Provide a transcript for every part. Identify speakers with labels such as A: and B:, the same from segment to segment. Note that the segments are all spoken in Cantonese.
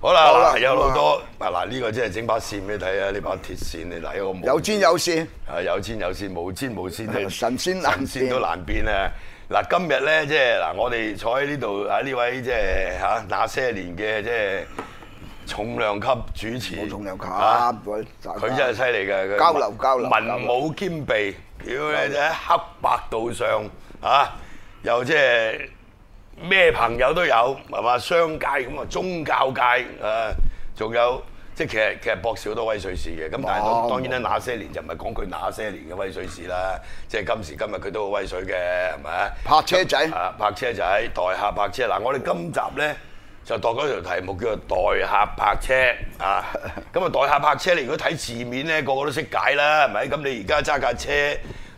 A: 有好多
B: 啊
A: 嗱嗱呢個真係整把線俾你睇啊！呢把鐵線你睇我冇
B: 有專有線，
A: 啊有錢有線，無錢無線，
B: 神仙難
A: 神仙都
B: 變
A: 難變啊！嗱，今日咧即係嗱，我哋坐喺呢度喺呢位即係嚇那些年嘅即係重量級主持，
B: 冇重量級
A: 啊
B: 嗰啲大家
A: 佢真係犀利嘅，佢
B: 交流交流
A: 文武兼備，屌你喺黑白道上啊，又即係咩朋友都有係嘛？商界咁啊，宗教界啊，仲有。即係其實其實博士好多威水史嘅，咁但係當
B: 冇
A: 當然咧，那些年就唔係講佢那些年嘅威水史啦，即係今時今日佢都好威水嘅，係咪啊？
B: 泊車仔
A: 啊，泊車仔，代客泊車。嗱，我哋今集咧就度嗰條題目叫做代客泊車啊。咁啊，代客泊車，你如果睇字面咧，個個都識解啦，係咪？咁你而家揸架車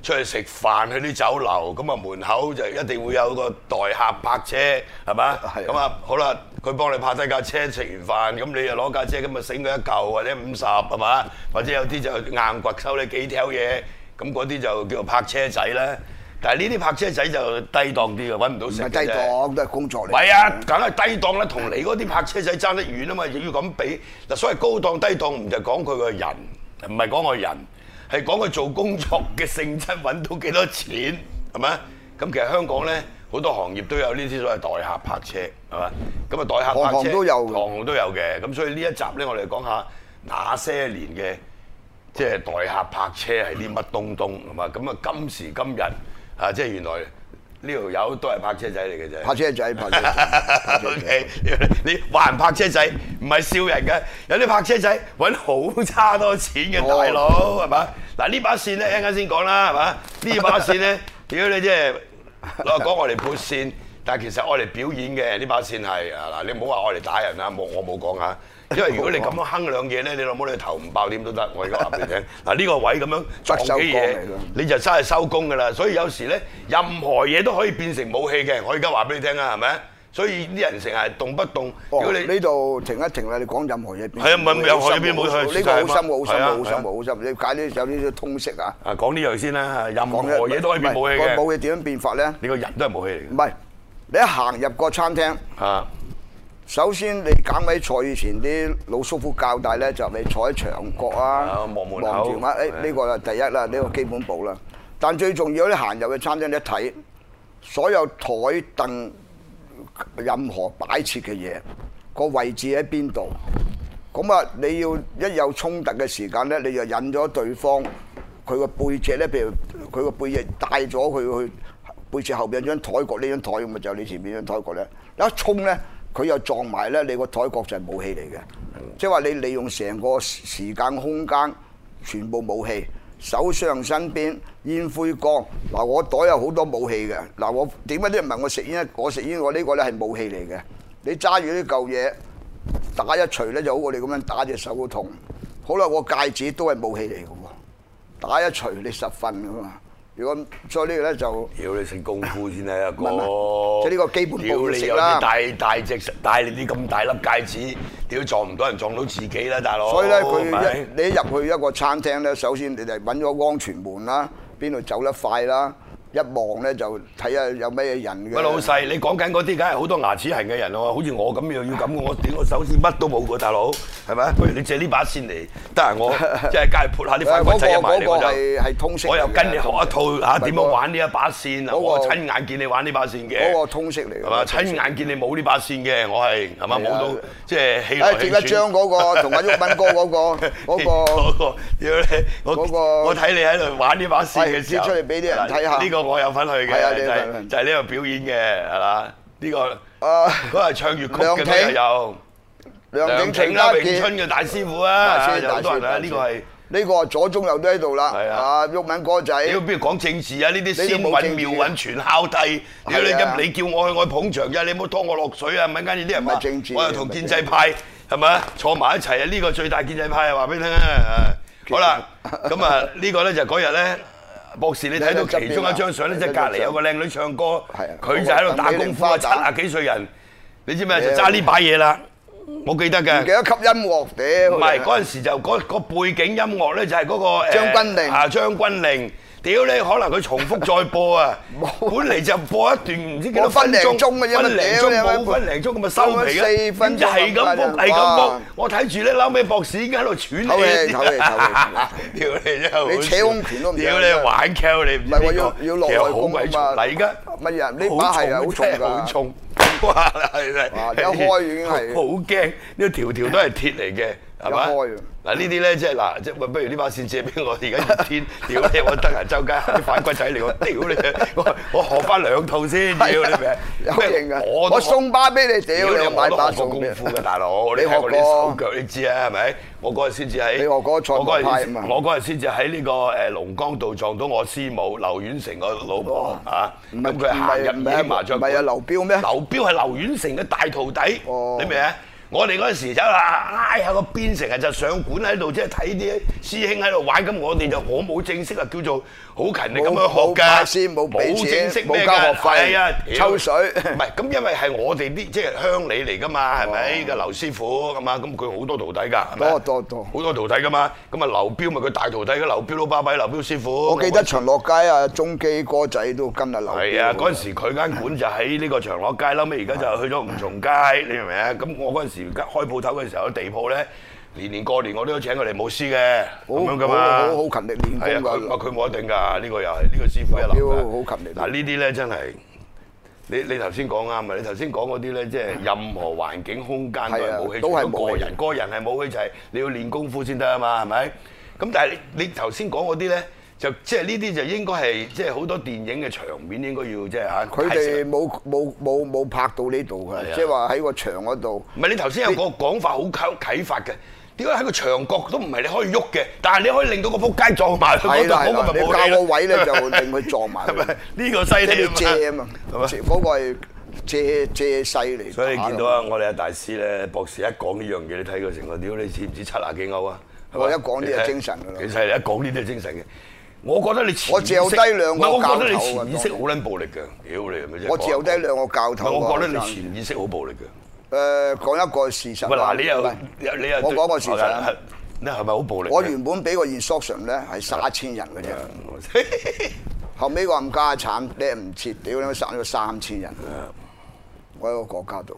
A: 出去食飯，去啲酒樓，咁啊門口就一定會有個代客泊車，係嘛？
B: 係
A: 咁啊，好啦，佢幫你泊低架車，食完飯，咁你又攞架車，咁啊醒佢一嚿或者五十係嘛？或者有啲就硬掘收你幾條嘢，咁嗰啲就叫做泊車仔啦。但係呢啲泊車仔就低檔啲嘅，揾唔到
B: 唔
A: 食
B: 係
A: 嘅
B: 低
A: 啫。
B: 檔都係工作
A: 唔
B: 嚟。
A: 係啊，梗係低檔啦，同你嗰啲泊車仔爭得遠啊嘛，要咁比。嗱，所謂高檔低檔唔就係講佢個人，唔係講個人，係講佢做工作嘅性質揾到幾多錢，係咪？咁其實香港咧好多行業都有呢啲所謂代客泊車，係咪？咁啊，代客泊車
B: 行行都有嘅
A: 行行都有嘅。咁所以呢一集咧，我哋講下那些年嘅。即係代客泊車係啲乜東東係嘛？咁啊，今時今日啊，即係原來呢條友都係泊車仔嚟嘅啫。
B: 泊 車仔，泊車仔
A: O K，你話人泊車仔唔係笑人嘅，有啲泊車仔揾好差多錢嘅
B: 哦
A: 大佬係嘛？嗱呢把線咧，一陣間先講啦係嘛？呢把線咧，屌你即係攞嚟講我哋撥線，但係其實我哋表演嘅呢把線係啊嗱，你唔好話我哋打人啊，冇我冇講啊。因為如果你咁樣哼兩嘢咧，你老母你頭唔爆點都得，我而家話俾你聽。嗱呢個位咁樣撞
B: 不鏽
A: 幾
B: 鋼
A: 嘢
B: 嚟㗎，
A: 你就真係收工㗎啦。所以有時咧，任何嘢都可以變成武器嘅。我而家話俾你聽啊，係咪？所以啲人成日動不動，如
B: 哦
A: 果你
B: 呢度停一停啦，你講任何嘢邊
A: 係啊唔係任何嘢邊冇
B: 好
A: 去
B: 深呢個好
A: 就係
B: 深好
A: 係
B: 深
A: 啊
B: 好
A: 係啊
B: 深好深，你解呢有呢啲通識啊。
A: 啊講呢樣先啦，任何
B: 講一
A: 嘢都可以變武器
B: 唔係個
A: 嘅。
B: 武器點樣變法咧？
A: 你個人都係武器嚟
B: 唔係你一行入個餐廳，
A: 嘅。啊，
B: 首先你揀位坐，以前啲老叔父交代咧，就你坐喺牆角
A: 啊
B: 啊，
A: 望門口
B: 望住啊，誒
A: 係
B: 呢個就第一啦，呢個基本步啦。但最重要，你行入去餐廳一睇，所有台凳任何擺設嘅嘢，個位置喺邊度？咁啊，你要一有衝突嘅時間咧，你就引咗對方佢個背脊咧，譬如佢個背脊帶咗佢去背脊後邊有張台角，呢張台咁啊，就係你前面張台角咧，一衝咧，佢又撞埋咧，你個台角就係武器嚟嘅，即係話你利用成個時間空間全部武器。手上身邊煙灰缸，嗱我袋有好多武器嘅，嗱我點解啲人問我食煙？我食煙我呢個咧係武器嚟嘅，你揸住呢嚿嘢。打一錘咧就好過你咁樣打隻手好痛。好啦，我戒指都係武器嚟嘅喎，打一錘你十分㗎嘛。如果所以呢個咧就
A: 屌你食功夫先啦，阿哥
B: 唔係唔係。即係呢個基本
A: 屌
B: 步
A: 你
B: 食
A: 有
B: 啦
A: 啲大大隻，戴你啲咁大粒戒指，屌撞唔到人撞到自己啦，大佬。
B: 所以咧佢
A: 係咪
B: 一你一入去一個餐廳咧，首先你哋揾咗安全門啦，邊度走得快啦，一望咧就睇下有咩人嘅。
A: 喂，老細，你講緊嗰啲，梗係好多牙齒痕嘅人咯，好似我咁又要咁，我屌我手指乜都冇過，大佬係咪？不如你借呢把線嚟，得閒 我即係街潑下啲快骨仔
B: 嗰個
A: 一埋嚟，
B: 嗰個
A: 我就
B: 係係通識嚟嘅
A: 我又跟你學一套嚇點樣
B: 嗰個
A: 玩呢一把線啊！
B: 嗰個
A: 我親眼見你玩呢把線嘅，
B: 嗰個通識嚟嘅
A: 係嘛？
B: 嗰個通識
A: 親眼見你冇呢把線嘅，我係係嘛
B: 係
A: 冇
B: 啊
A: 到即係氣來
B: 誒，
A: 氣
B: 值得
A: 喘。
B: 張嗰個同阿鬱敏哥嗰個嗰 個
A: 嗰個屌你！我
B: 嗰個
A: 我睇你喺度玩呢把線嘅
B: 係
A: 時候，
B: 指出嚟俾啲人睇下
A: 呢個我有份去
B: 係啊
A: 嘅，
B: 你
A: 就
B: 有
A: 係
B: 份
A: 就係呢個表演嘅，係嘛？呢個
B: 啊
A: 嗰係唱粵曲
B: 梁
A: 嘅
B: 挺
A: 佢又有
B: 梁
A: 梁
B: 挺
A: 挺
B: 徐
A: 啦、
B: 家
A: 詠
B: 傑
A: 春。嘅大師傅啊，有
B: 先
A: 好多人啊，呢個係
B: 呢個左中右都喺度啦，
A: 係啊
B: 啊鬱敏哥仔，
A: 屌，邊度講政治啊？呢啲
B: 都
A: 先
B: 冇
A: 揾
B: 政治
A: 妙
B: 嘅
A: 揾全孝弟，屌你
B: 係啊
A: 咁你叫我去我去捧場啫，你唔好拖我落水啊！咪間有啲人
B: 唔
A: 話
B: 係政治
A: 我又同建制派係咪啊坐埋一齊啊？呢個最大建制派啊，話俾你聽啊！好啦，咁啊呢個咧就嗰日咧。博士，你睇到
B: 啊
A: 其中一張相咧，即係隔離有個靚女唱歌
B: 係啊，
A: 佢就喺度打功夫啊，
B: 鄧美玲花旦
A: 七啊幾歲人，你知唔知啊？就揸呢把嘢啦，我記得嘅
B: 唔記。得吸音樂，屌
A: 唔係嗰陣時就嗰個背景音樂咧就係嗰個誒
B: 將軍令
A: 啊將軍令屌你，可能佢重複再播啊！
B: 冇
A: 本嚟就播一段唔知幾多
B: 我分
A: 分
B: 零
A: 鐘，
B: 鐘嘅啫嘛
A: 分零
B: 屌你
A: 鐘冇
B: 咪
A: 分零鐘咁咪收皮
B: 播咗四分鐘
A: 就係咁
B: 咁
A: 播，
B: 快
A: 係咁
B: 哇
A: 播。我睇住咧，嬲尾博士已經喺度喘
B: 唞氣
A: 氣。
B: 唞氣唞
A: 屌你真係好笑
B: 你扯空拳都唔得
A: 屌你玩 Q 你唔
B: 唔
A: 知
B: 係話
A: 邊
B: 要
A: 個？
B: 要落
A: 其實好
B: 內功
A: 鬼重。
B: 啊
A: 嗱
B: 嘛
A: 而家
B: 乜嘢呢把係啊好重
A: 真係好
B: 㗎
A: 重。哇！真係
B: 哇一開已經 係
A: 好驚，呢條條都係鐵嚟嘅，係嘛？
B: 一開啊
A: 嗱呢啲咧即係嗱，即係喂不如呢把線借俾我，而家熱天，屌你我得閒周街啲反骨仔嚟，我屌你，我我學翻兩套先，屌你 咪
B: 啊有型啊！
A: 我都
B: 我送把俾你，屌
A: 屌
B: 你，
A: 你我
B: 我買
A: 都
B: 把
A: 學過
B: 送俾
A: 功
B: 你
A: 夫嘅大 佬，你
B: 你
A: 睇
B: 學
A: 我啲
B: 過
A: 手腳你知啊，係咪？我嗰日先至喺
B: 你學過賽
A: 我嗰
B: 馬
A: 日
B: 派啊嘛
A: 我嗰日先至喺呢個誒龍江道撞到我師母劉婉成個老婆啊，
B: 唔係
A: 咁佢行入
B: 唔係
A: 呢麻雀
B: 唔係啊劉彪咩
A: 劉彪係劉婉成嘅大徒弟，
B: 哦
A: 你明啊？我哋嗰陣時就啊挨下個邊成日就上館喺度，即係睇啲師兄喺度玩，咁我哋就我冇正式啊，叫做好勤力咁樣學㗎，
B: 冇冇拜師冇俾
A: 冇
B: 錢
A: 正式咩
B: 冇交學
A: 㗎，
B: 費
A: 係啊，
B: 抽水
A: 唔係咁，因為係我哋啲即係鄉里嚟噶嘛，係咪？個劉師傅咁啊，咁佢好多徒弟㗎，係咪
B: 多多多
A: 好多徒弟㗎嘛。咁啊，劉彪咪佢大徒弟嘅，劉彪老巴閉，劉彪師傅。
B: 我記得長樂街啊，中基哥仔都跟阿劉彪。
A: 係啊，嗰陣時佢間館就喺呢個長樂街，後尾而家就去咗吳松街，你明唔明啊？咁我嗰陣時開鋪頭嘅時候，地鋪咧年年過年我都請佢嚟舞獅嘅，
B: 好
A: 咁樣噶嘛，
B: 好好好勤力練功㗎
A: 係啊佢佢冇一定㗎，呢個又係呢個師傅一流
B: 有
A: 㗎。
B: 好勤力
A: 嗱呢啲咧真係。你你頭先講啱啊！你頭先講嗰啲咧，即係任何環境空間都
B: 係
A: 係
B: 啊
A: 武器，
B: 都係
A: 除咗
B: 武
A: 個
B: 器
A: 人個人係武器就係你要練功夫先得啊嘛，係咪？咁但係你你頭先講嗰啲咧，就即係呢啲就應該係即係好多電影嘅場面應該要即係啊嚇。
B: 佢
A: 介紹
B: 哋冇冇冇冇拍到呢度
A: 係啊
B: 嘅，即係話喺個場嗰度。
A: 唔係你頭先有個講法好啟啟發嘅，點解喺個牆角都唔係你可以喐嘅，但係你可以令到個撲街撞埋去嗰
B: 係
A: 度，
B: 啦係
A: 嗰
B: 啦
A: 個，咪
B: 你
A: 冇理
B: 教
A: 啦
B: 個位咧就令佢 撞埋
A: 係
B: 佢，
A: 咪呢個犀
B: 即係
A: 利
B: 你借啊嘛，
A: 係咪
B: 嗰個係借借勢嚟。
A: 所以你見到啊，，我哋阿大師咧，博士一講呢樣嘢，你睇佢成個屌，你似唔似七啊幾歐啊？係嘛
B: 我一講呢就
A: 你睇
B: 精神㗎啦
A: 其實你一講呢啲就精神嘅。我覺得你潛意識
B: 我嚼低兩個
A: 唔係我覺得你
B: 教頭啊
A: 潛意識好撚暴力嘅，屌你係咪啫？
B: 我嚼低兩個教頭
A: 唔係我覺得你
B: 啊
A: 潛意識好暴力嘅。
B: 誒講一個事實
A: 喂
B: 啦。
A: 嗱，你
B: 唔係
A: 又你又
B: 我講個事實啊。
A: 你係咪好暴力嘅？
B: 我 原本俾個 instruction 咧係殺千人嘅啫，後尾個冚家產咧唔切，屌你媽殺咗三千人，我喺個國家度，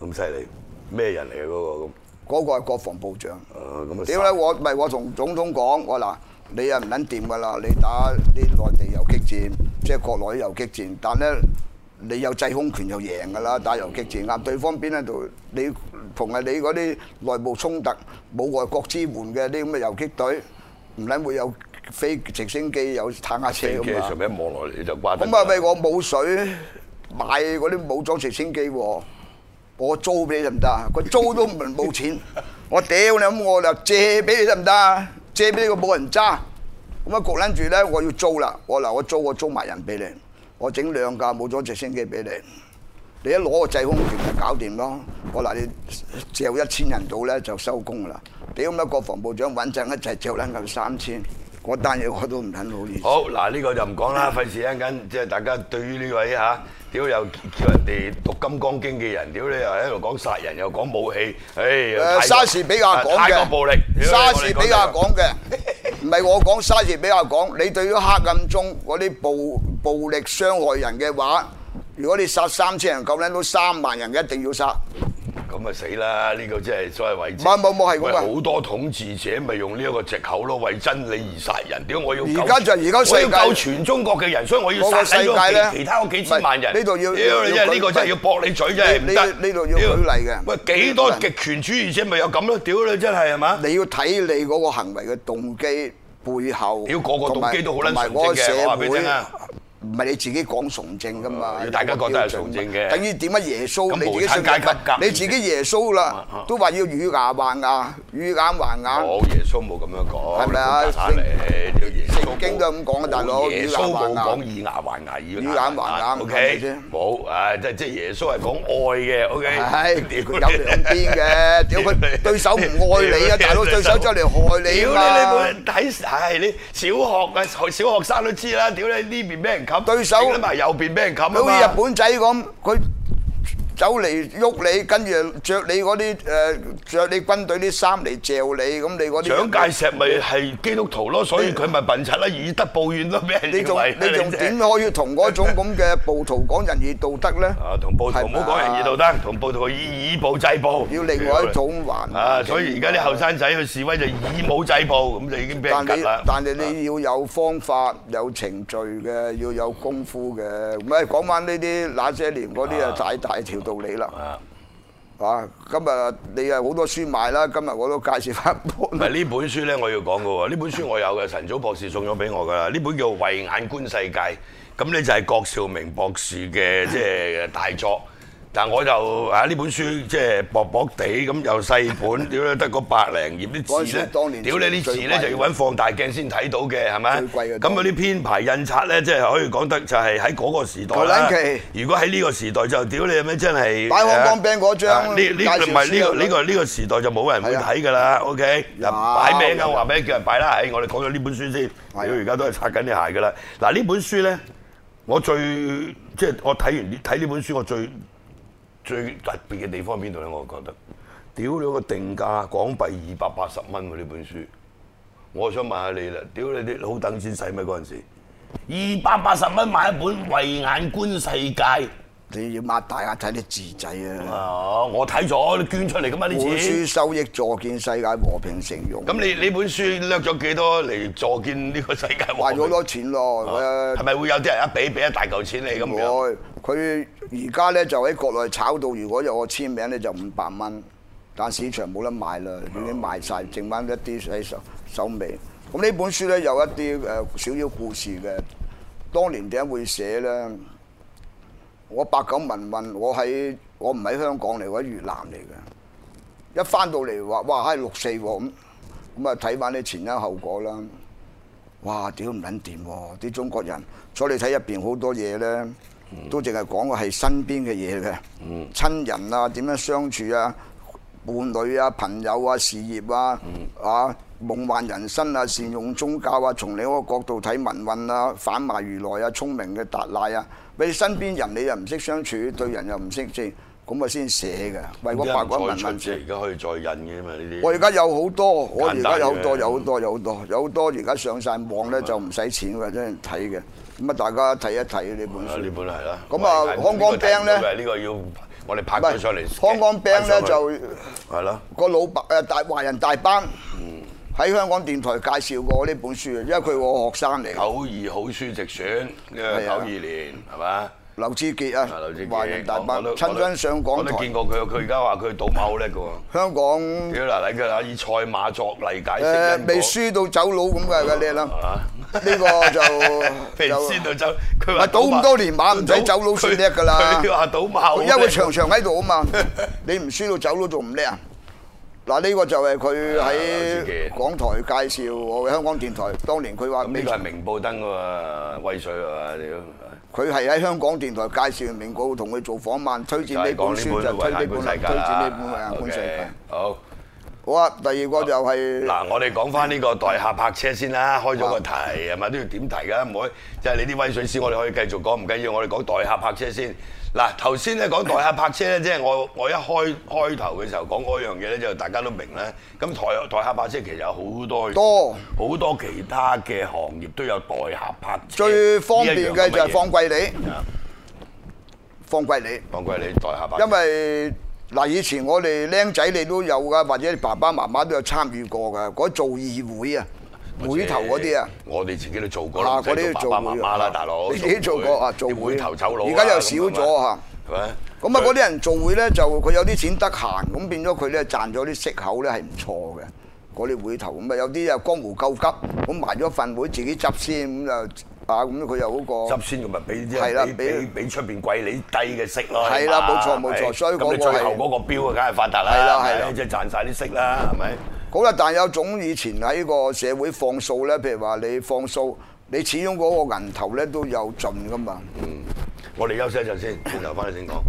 A: 咁犀利，咩人嚟嘅嗰個咁？
B: 嗰、個係國防部長。
A: 哦咁啊
B: 屌
A: 殺
B: 咧，我唔係我同總統講，我話嗱你啊唔撚掂㗎啦，你打啲內地遊擊戰，即係國內遊擊戰，但咧你有制空權就贏㗎啦，打遊擊戰啱對方邊喺度，你同埋你嗰啲內部衝突冇外國支援嘅啲咁嘅遊擊隊，唔撚會有飛直升機有坦克車
A: 飛機
B: 㗎嘛
A: 上。面一望落嚟你就瓜得㗎
B: 啊咁
A: 啦。
B: 啊，咪我冇水買嗰啲武裝直升機喎，我租俾你得唔得啊？佢租都唔冇錢，我屌你咁，我就借俾你得唔得啊？借俾你個冇人揸，咁啊焗撚住咧，我要租啦，我嗱我租我租埋人俾你，我整兩架武裝直升機俾你。你一攞個制空權就搞掂咯。我嗱你嚼一千人到咧就收工啦。屌咁啊，國防部長穩陣一齊嚼撚夠三千，嗰單嘢我都唔撚好意思。
A: 好嗱，呢個就唔講啦，費事一陣間即係大家對於呢位嚇，屌又叫人哋讀《金剛經》嘅人，屌你又喺度講殺人又講武器，唉，
B: 誒莎士比亞講
A: 太過暴力，
B: 嘅，
A: 屌
B: 莎
A: 我哋
B: 士比
A: 講
B: 亞講嘅，唔係我講莎士比亞講。你對咗黑暗中嗰啲暴暴力傷害人嘅話，如果你殺三千人，夠撚到三萬人，一定要殺。
A: 咁啊死啦！呢個真係所謂為
B: 唔係唔係唔係係咁啊
A: 喂好多統治者咪用呢一個藉口咯，為真理而殺人。屌我要救
B: 而家就而家世界
A: 我要救全中國嘅人，所以我
B: 我
A: 要
B: 個
A: 殺
B: 世
A: 死
B: 界咧
A: 咗其他嗰幾千萬人。
B: 唔係呢度要
A: 屌你真係
B: 要
A: 呢個真係
B: 舉
A: 要駁你嘴真係唔
B: 呢
A: 得。
B: 呢度要
A: 屌
B: 舉例嘅
A: 喂幾多極權主義者咪有咁咯？屌你真係係嘛？
B: 你要睇你嗰個行為嘅動機背後，
A: 屌個個
B: 同
A: 動
B: 埋
A: 機都好撚
B: 同埋嗰
A: 純
B: 個
A: 正嘅
B: 社
A: 我話俾
B: 會
A: 你聽啊
B: 唔係你自己講崇正噶嘛
A: 嗯？大家覺得係崇正嘅
B: 等於點解耶穌
A: 咁
B: 你自己
A: 無產
B: 信
A: 階級革
B: 你
A: 命
B: 自己耶穌啦
A: 啊啊，
B: 都話要以牙還牙，以眼還眼。
A: 冇耶穌冇咁樣講，
B: 啊係咪啊
A: 你咁打嚟屌耶穌冇
B: 聖經都咁講啊大佬
A: 耶穌冇講以牙還牙，以
B: 以眼還眼
A: ，O
B: 係咪
A: K，
B: 先
A: 冇，唉，即即耶穌係講愛嘅，O K，
B: 唉，佢有兩 邊嘅，屌佢對手唔愛你啊，大佬對手走嚟害你
A: 屌
B: 啊嘛
A: 你！你冇睇，唉，你小學啊，小學生都知啦，屌你呢邊俾人冚，
B: 對手
A: 頂得埋右邊俾人冚啊
B: 佢好
A: 嘛
B: 似日本仔咁，佢走嚟喐你，跟住着你嗰啲誒着你軍隊啲衫嚟嚼你，咁你嗰啲
A: 蔣介石咪係基督徒咯，所以佢咪笨柒啦，以德報怨咯，俾人
B: 你仲
A: 認為
B: 你仲
A: 啊真係
B: 點可以同嗰種咁嘅暴徒講仁義道德咧？
A: 啊，同暴徒
B: 係
A: 唔
B: 咪
A: 好講人義道德，同暴徒以以暴制暴，
B: 要另外一種環境
A: 啊，所以而家啲後生仔去示威就以武制暴，咁就已經俾人
B: 但
A: 吉
B: 你
A: 啦。啊
B: 但係你要有方法、有程序嘅，要有功夫嘅。唔係講翻呢啲那些年嗰啲啊，大大條道理啦。
A: 啊，
B: 啊，今日你又好多書賣啦，今日我都介紹 翻
A: 唔係呢本書咧，我要講嘅喎，呢本書我有嘅，陳祖博士送咗俾我㗎啦。呢本叫《慧眼觀世界》，咁咧就係郭兆明博士嘅即係大作。但我就啊呢本書即係薄薄地咁又細 本，屌你得個百零頁啲字咧
B: 嗰陣時當年，
A: 屌你啲字咧
B: 最貴
A: 就要揾放大鏡先睇到嘅，係咪？
B: 最貴嘅
A: 咁嗰啲編排印刷咧，即係可以講得就係喺嗰個時代啦
B: 求撚。
A: 如果喺呢個時代就屌你咩真係
B: 擺香港餅嗰張
A: 啊呢呢
B: 介紹
A: 唔係呢個
B: 書啊
A: 呢個呢個時代就冇人會睇㗎啦，OK？
B: 有
A: 嗱，擺名啊，
B: 有
A: 話俾你叫人擺啦。唉，我哋講咗呢本書先，屌
B: 啊
A: 而家都係擦緊啲鞋㗎啦。嗱，呢本書咧，我最即係我睇完呢睇呢本書，我最最特別嘅地方喺邊度咧？我覺得，屌你個定價港幣二百八十蚊喎呢本書，我想問下你啦，屌你啲好等錢使咩嗰陣時？二百八十蚊買一本《慧眼觀世界》
B: 你要擘大眼睇啲字仔啊！
A: 啊！我睇咗，你捐出嚟㗎嘛
B: 本
A: 啲錢。
B: 書收益助建世界和平成容，
A: 咁你你本書掠咗幾多嚟助建呢個世界和
B: 賣
A: 平
B: 咗好多錢咯。誒
A: 係咪會有啲人一俾俾一大嚿錢你咁樣？
B: 外佢而家咧就喺國內炒到，如果有個簽名咧就五百蚊，但市場冇得賣啦，已經
A: 啊
B: 賣晒，剩翻一啲喺手手尾。咁呢本書咧有一啲誒少少故事嘅，當年點解會寫咧？我八九民運，我喺我唔喺香港嚟，我喺越南嚟嘅。一翻到嚟話哇，係六四喎咁，咁啊睇翻啲前因後果啦。哇！屌唔撚掂喎！啲中國人，所以你睇入邊好多嘢咧，都淨係講嘅係身邊嘅嘢嘅，親人啊，點樣相處啊，伴侶啊，朋友啊，事業啊，啊夢幻人生啊，善用宗教啊，從你嗰個角度睇民運啊，反罵如來啊，聰明嘅達賴啊，你身邊人你又唔識相處，對人又唔識正，咁啊先寫嘅，為
A: 啲
B: 嗰八個
A: 人
B: 民
A: 再出
B: 運
A: 即
B: 寫
A: 係而家可以再印嘅嘛呢啲。
B: 我而家有好多，我而
A: 簡單
B: 家有好多，
A: 嘅啊
B: 有好多，有好多，有好多而家上晒網咧就唔使錢嘅，真係睇嘅。咁啊，大家睇一睇呢
A: 啊
B: 本
A: 呢
B: 書。
A: 本係啦。
B: 咁啊
A: 喂
B: 康江冰呢
A: 呢個睇唔到嘅呢個要我哋拍
B: 唔
A: 咗上嚟。
B: 係香港餅咧
A: 擺上去
B: 就
A: 係啦。
B: 個老伯誒大華人大班
A: 嗯
B: 喺香港電台介紹過呢本書嘅，因為佢我學生嚟
A: 九。二好書直選呢個
B: 係
A: 九
B: 啊
A: 二年係嘛？
B: 劉志傑啊
A: 啊，劉志，
B: 華人大
A: 我
B: 班
A: 都
B: 親身上
A: 我
B: 港
A: 都見
B: 台，
A: 過佢，佢而家話佢賭馬好叻嘅喎。
B: 香港
A: 屌嗱，你嘅啦，以賽馬作例解釋因果
B: 誒未輸到走佬咁嘅嘅你啦。
A: 啊！
B: 呢個 就
A: 肥
B: 就
A: 先就走，啊佢
B: 咪
A: 話
B: 啊賭咁多年馬唔使走佬算叻㗎啦
A: 佢佢話賭馬好叻，
B: 因為長長喺度啊嘛，你唔輸到走佬仲唔叻啊？嗱，呢個就係佢
A: 啊
B: 喺港台介紹，我香港電台當年佢
A: 咁
B: 話
A: 呢
B: 美，
A: 個係明報登㗎喎，威水啊屌！
B: 佢係喺香港電台介紹明告同佢做訪問，推薦呢本書
A: 就係講呢
B: 就
A: 本《眼
B: 推呢本
A: 觀
B: 啦，
A: 世界》
B: 推薦
A: 啦。
B: 呢本《眼觀世
A: OK，
B: 界
A: 好。》。
B: 好啊，第二個就係
A: 嗱，我哋講翻呢個代客泊車先啦，開
B: 啊
A: 咗個題係咪都要點題㗎？唔可以即係你啲威水史，我哋可以繼續講，唔緊要。我哋講代客泊車先。嗱，頭先咧講代客泊車咧，即係 我我一開開頭嘅時候講嗰樣嘢咧，就大家都明啦。咁代代客泊車其實有好多
B: 多
A: 好多其他嘅行業都有代客泊車。
B: 最方便嘅就係放貴你，
A: 啊
B: 放貴你。
A: 放貴你代客泊車。
B: 因為嗱，以前我哋僆仔你都有噶，或者你爸爸媽媽都有參與過噶，嗰做議會啊，會頭嗰啲啊。，
A: 我哋自己都做過
B: 啊
A: 啦，
B: 嗰啲
A: 嗰啲
B: 都
A: 爸
B: 做
A: 爸媽媽啦，
B: 過
A: 大佬，
B: 你自己做過啊做
A: 啲
B: 會
A: 會頭走佬啊，
B: 而家又少咗啊
A: 咁係咪，係咪？
B: 咁啊，嗰啲人做會咧，就佢有啲錢得閒，咁變咗佢咧賺咗啲息口咧係唔錯嘅。嗰啲會頭咁啊，有啲又江湖救急，咁埋咗份會自己執先，咁就啊咁佢又嗰個
A: 執先咁咪俾
B: 係啦
A: 啲人俾
B: 俾
A: 俾俾出邊貴你低嘅息咯，
B: 係啦
A: 起碼
B: 冇錯冇錯
A: 係
B: 所以嗰
A: 咁你
B: 個係
A: 最後嗰個標啊，梗係發達啦，
B: 係啦係啦
A: 咪即係賺晒啲息啦，係咪？
B: 好啦。但有種以前喺個社會放數咧，譬如話你放數，你始終嗰個銀頭咧都有盡噶嘛。
A: 我哋休息一陣先，轉頭翻嚟先講。